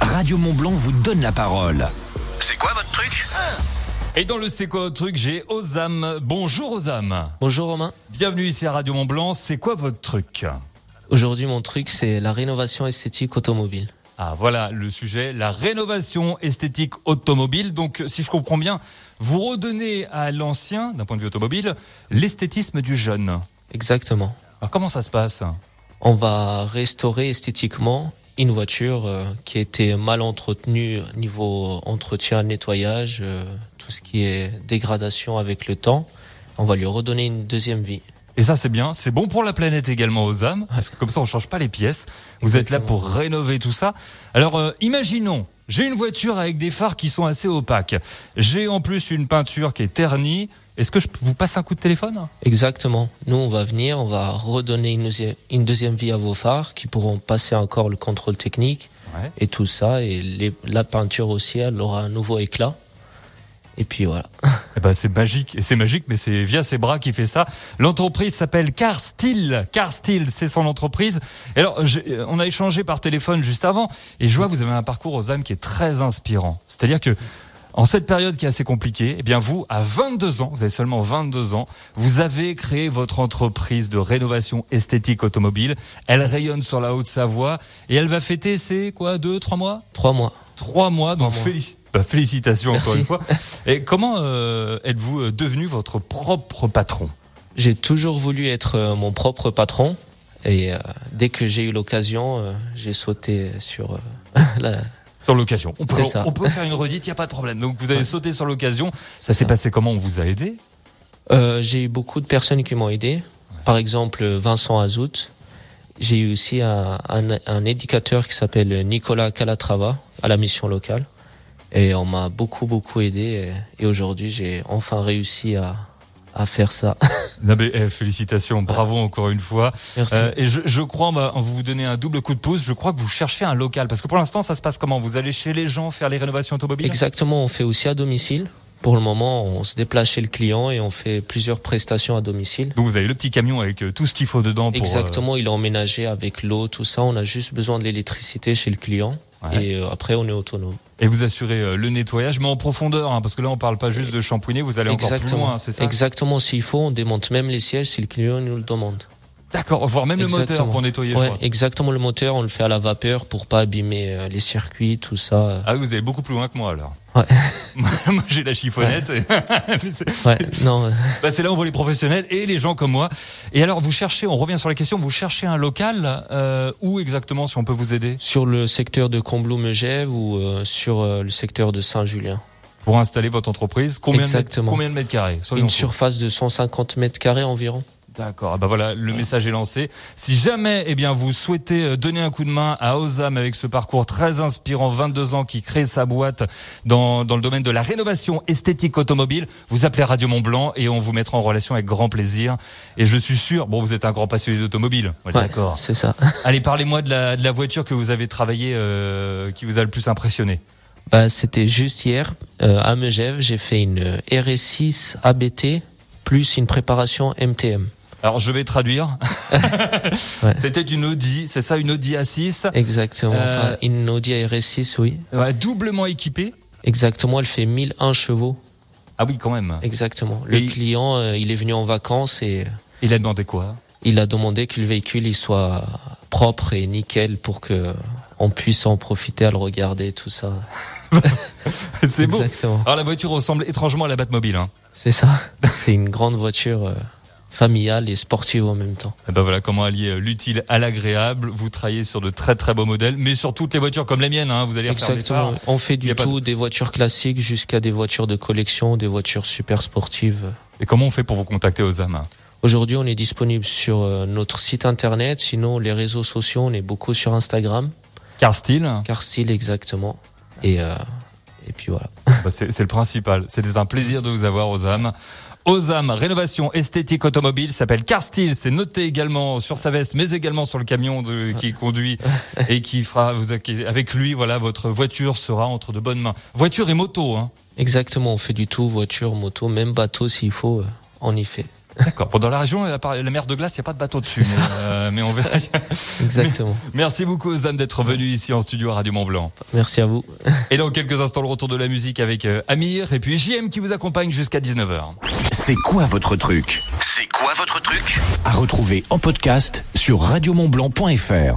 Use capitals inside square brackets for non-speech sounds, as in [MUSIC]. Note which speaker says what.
Speaker 1: Radio Montblanc vous donne la parole.
Speaker 2: C'est quoi votre truc
Speaker 3: Et dans le C'est quoi votre truc, j'ai Ozam. Bonjour Ozam.
Speaker 4: Bonjour Romain.
Speaker 3: Bienvenue ici à Radio Mont Blanc. C'est quoi votre truc
Speaker 4: Aujourd'hui, mon truc, c'est la rénovation esthétique automobile.
Speaker 3: Ah voilà le sujet, la rénovation esthétique automobile. Donc si je comprends bien, vous redonnez à l'ancien, d'un point de vue automobile, l'esthétisme du jeune.
Speaker 4: Exactement.
Speaker 3: Alors comment ça se passe
Speaker 4: On va restaurer esthétiquement une voiture euh, qui était mal entretenue niveau entretien, nettoyage, euh, tout ce qui est dégradation avec le temps. On va lui redonner une deuxième vie.
Speaker 3: Et ça c'est bien, c'est bon pour la planète également aux âmes, parce que comme ça on change pas les pièces. Vous êtes là
Speaker 4: Exactement.
Speaker 3: pour rénover tout ça. Alors euh, imaginons, j'ai une voiture avec des phares qui sont assez opaques. J'ai en plus une peinture qui est ternie. Est-ce que je vous passe un coup de téléphone
Speaker 4: Exactement. Nous, on va venir, on va redonner une, deuxi- une deuxième vie à vos phares qui pourront passer encore le contrôle technique
Speaker 3: Ouais.
Speaker 4: et tout ça. Et les- la peinture aussi, elle aura un nouveau éclat. Et puis voilà.
Speaker 3: Eh ben, c'est magique, et c'est magique, mais c'est via ses bras qui fait ça. L'entreprise s'appelle Carstil. Carstil, c'est son entreprise. Et alors, j'ai- euh, on a échangé par téléphone juste avant, et je vois que vous avez un parcours aux âmes qui est très inspirant. C'est-à-dire que, en cette période qui est assez compliquée, eh bien, vous, à 22 ans, vous avez seulement 22 ans, vous avez créé votre entreprise de rénovation esthétique automobile. Elle rayonne sur la Haute-Savoie, et elle va fêter, c'est quoi, deux, trois mois?
Speaker 4: Trois mois.
Speaker 3: Trois mois, donc
Speaker 4: mois.
Speaker 3: félici- bah, félicitations encore
Speaker 4: Merci.
Speaker 3: une fois. Et comment euh, êtes-vous euh, devenu votre propre patron
Speaker 4: J'ai toujours voulu être euh, mon propre patron et euh, dès que j'ai eu l'occasion, euh, j'ai sauté sur euh, [LAUGHS] la...
Speaker 3: Sur l'occasion. On peut,
Speaker 4: C'est ça.
Speaker 3: on peut faire une redite, il n'y a pas de problème. Donc vous avez sauté sur l'occasion. Ça s'est
Speaker 4: ça.
Speaker 3: passé comment On vous a aidé
Speaker 4: Euh, j'ai eu beaucoup de personnes qui m'ont aidé. Par exemple, Vincent Azout. J'ai eu aussi un, un, un éducateur qui s'appelle Nicolas Calatrava à la mission locale et on m'a beaucoup beaucoup aidé et, et aujourd'hui j'ai enfin réussi à, à faire ça. [LAUGHS]
Speaker 3: Non, mais, eh, Félicitations, bravo encore une fois.
Speaker 4: Merci.
Speaker 3: Euh, et je, je crois, on va on va vous donner un double coup de pouce, je crois que vous cherchez un local. Parce que pour l'instant, ça se passe comment Vous allez chez les gens faire les rénovations automobiles
Speaker 4: Exactement, on fait aussi à domicile. Pour le moment, on se déplace chez le client et on fait plusieurs prestations à domicile.
Speaker 3: Donc vous avez le petit camion avec euh, tout ce qu'il faut dedans pour... euh,
Speaker 4: Exactement, il est emménagé avec l'eau, tout ça. On a juste besoin de l'électricité chez le client.
Speaker 3: Ouais.
Speaker 4: Et euh, après, on est autonome.
Speaker 3: Et vous assurez euh, le nettoyage, mais en profondeur, hein, parce que là, on parle pas juste de shampooiner, vous allez encore plus loin, c'est ça
Speaker 4: Euh, Exactement, s'il faut, on démonte même les sièges si le client nous le demande.
Speaker 3: D'accord, voire même le moteur
Speaker 4: Exactement.
Speaker 3: pour nettoyer, je
Speaker 4: Ouais,
Speaker 3: crois.
Speaker 4: exactement, le moteur, on le fait à la vapeur pour pas abîmer euh, les circuits, tout ça.
Speaker 3: Ah, vous allez beaucoup plus loin que moi, alors.
Speaker 4: Ouais.
Speaker 3: [LAUGHS] moi, moi, j'ai la chiffonnette. [LAUGHS] Mais c'est-
Speaker 4: Ouais, [LAUGHS] non, euh,
Speaker 3: bah, c'est là où on voit les professionnels et les gens comme moi. Et alors, vous cherchez, on revient sur la question, vous cherchez un local, euh, où exactement, si on peut vous aider
Speaker 4: sur le secteur de Combloux-Megève ou euh, sur euh, le secteur de Saint-Julien.
Speaker 3: Pour installer votre entreprise, combien, de mètres,
Speaker 4: Exactement.
Speaker 3: combien de mètres carrés Soyons
Speaker 4: Une
Speaker 3: fous.
Speaker 4: surface de 150 mètres carrés environ.
Speaker 3: D'accord. Ah bah voilà, le message est lancé. Si jamais, eh bien, vous souhaitez euh, donner un coup de main à Ozam avec ce parcours très inspirant, 22 ans, qui crée sa boîte dans, dans le domaine de la rénovation esthétique automobile, vous appelez Radio Mont Blanc et on vous mettra en relation avec grand plaisir. Et je suis sûr, bon, vous êtes un grand passionné d'automobile. On est
Speaker 4: Ouais,
Speaker 3: D'accord.
Speaker 4: C'est ça.
Speaker 3: Allez, parlez-moi de la, de la voiture que vous avez travaillée, euh, qui vous a le plus impressionné.
Speaker 4: Bah, c'était juste hier euh, à Megève, j'ai fait une euh, RS6 ABT plus une préparation MTM.
Speaker 3: Alors, je vais traduire.
Speaker 4: [LAUGHS] Ouais.
Speaker 3: C'était une Audi, c'est ça, une Audi A6,
Speaker 4: Exactement,
Speaker 3: Euh,
Speaker 4: enfin, une Audi RS6, oui.
Speaker 3: Ouais, doublement équipée.
Speaker 4: Exactement, elle fait 1001 chevaux.
Speaker 3: Ah oui, quand même.
Speaker 4: Exactement. Le
Speaker 3: Et-
Speaker 4: client, euh, il est venu en vacances et euh,
Speaker 3: Il a demandé quoi
Speaker 4: il a demandé que le véhicule il soit propre et nickel pour que euh, on puisse en profiter à le regarder, tout ça.
Speaker 3: [LAUGHS] C'est beau.
Speaker 4: Exactement.
Speaker 3: Alors la voiture ressemble étrangement à la Batmobile. Hein.
Speaker 4: C'est ça. [LAUGHS] C'est une grande voiture euh, familiale et sportive en même temps.
Speaker 3: Et ben voilà comment allier euh, l'utile à l'agréable. Vous travaillez sur de très très beaux modèles, mais sur toutes les voitures comme la mienne. Hein. Vous allez refaire les
Speaker 4: Exactement.
Speaker 3: phares.
Speaker 4: On fait
Speaker 3: Y a
Speaker 4: du
Speaker 3: pas de-
Speaker 4: tout, des voitures classiques jusqu'à des voitures de collection, des voitures super sportives.
Speaker 3: Et comment on fait pour vous contacter aux âmes
Speaker 4: Aujourd'hui, on est disponible sur euh, notre site internet. Sinon, les réseaux sociaux, on est beaucoup sur Instagram.
Speaker 3: Carstyle,
Speaker 4: Car style, exactement. Et, euh, et puis voilà.
Speaker 3: bah, c'est c'est le principal. C'était un plaisir de vous avoir aux âmes. Aux âmes, rénovation esthétique automobile s'appelle Carstyle. C'est noté également sur sa veste, mais également sur le camion de, qui conduit et qui fera vous acqui- avec lui. Voilà, votre voiture sera entre de bonnes mains. Voiture et moto. Hein.
Speaker 4: Exactement, on fait du tout, voiture, moto, même bateau s'il faut, euh, on y fait.
Speaker 3: D'accord. Bon, dans la région, la, la mer de glace, il n'y a pas de bateau dessus. Mais, euh, mais on verra. [LAUGHS]
Speaker 4: Exactement.
Speaker 3: Merci beaucoup, Zan, d'être venu ici en studio à Radio Mont Blanc.
Speaker 4: Merci à vous.
Speaker 3: Et dans quelques instants, le retour de la musique avec euh, Amir et puis JM qui vous accompagne jusqu'à 19h.
Speaker 1: C'est quoi votre truc
Speaker 2: C'est quoi votre truc
Speaker 1: À retrouver en podcast sur radiomontblanc.fr.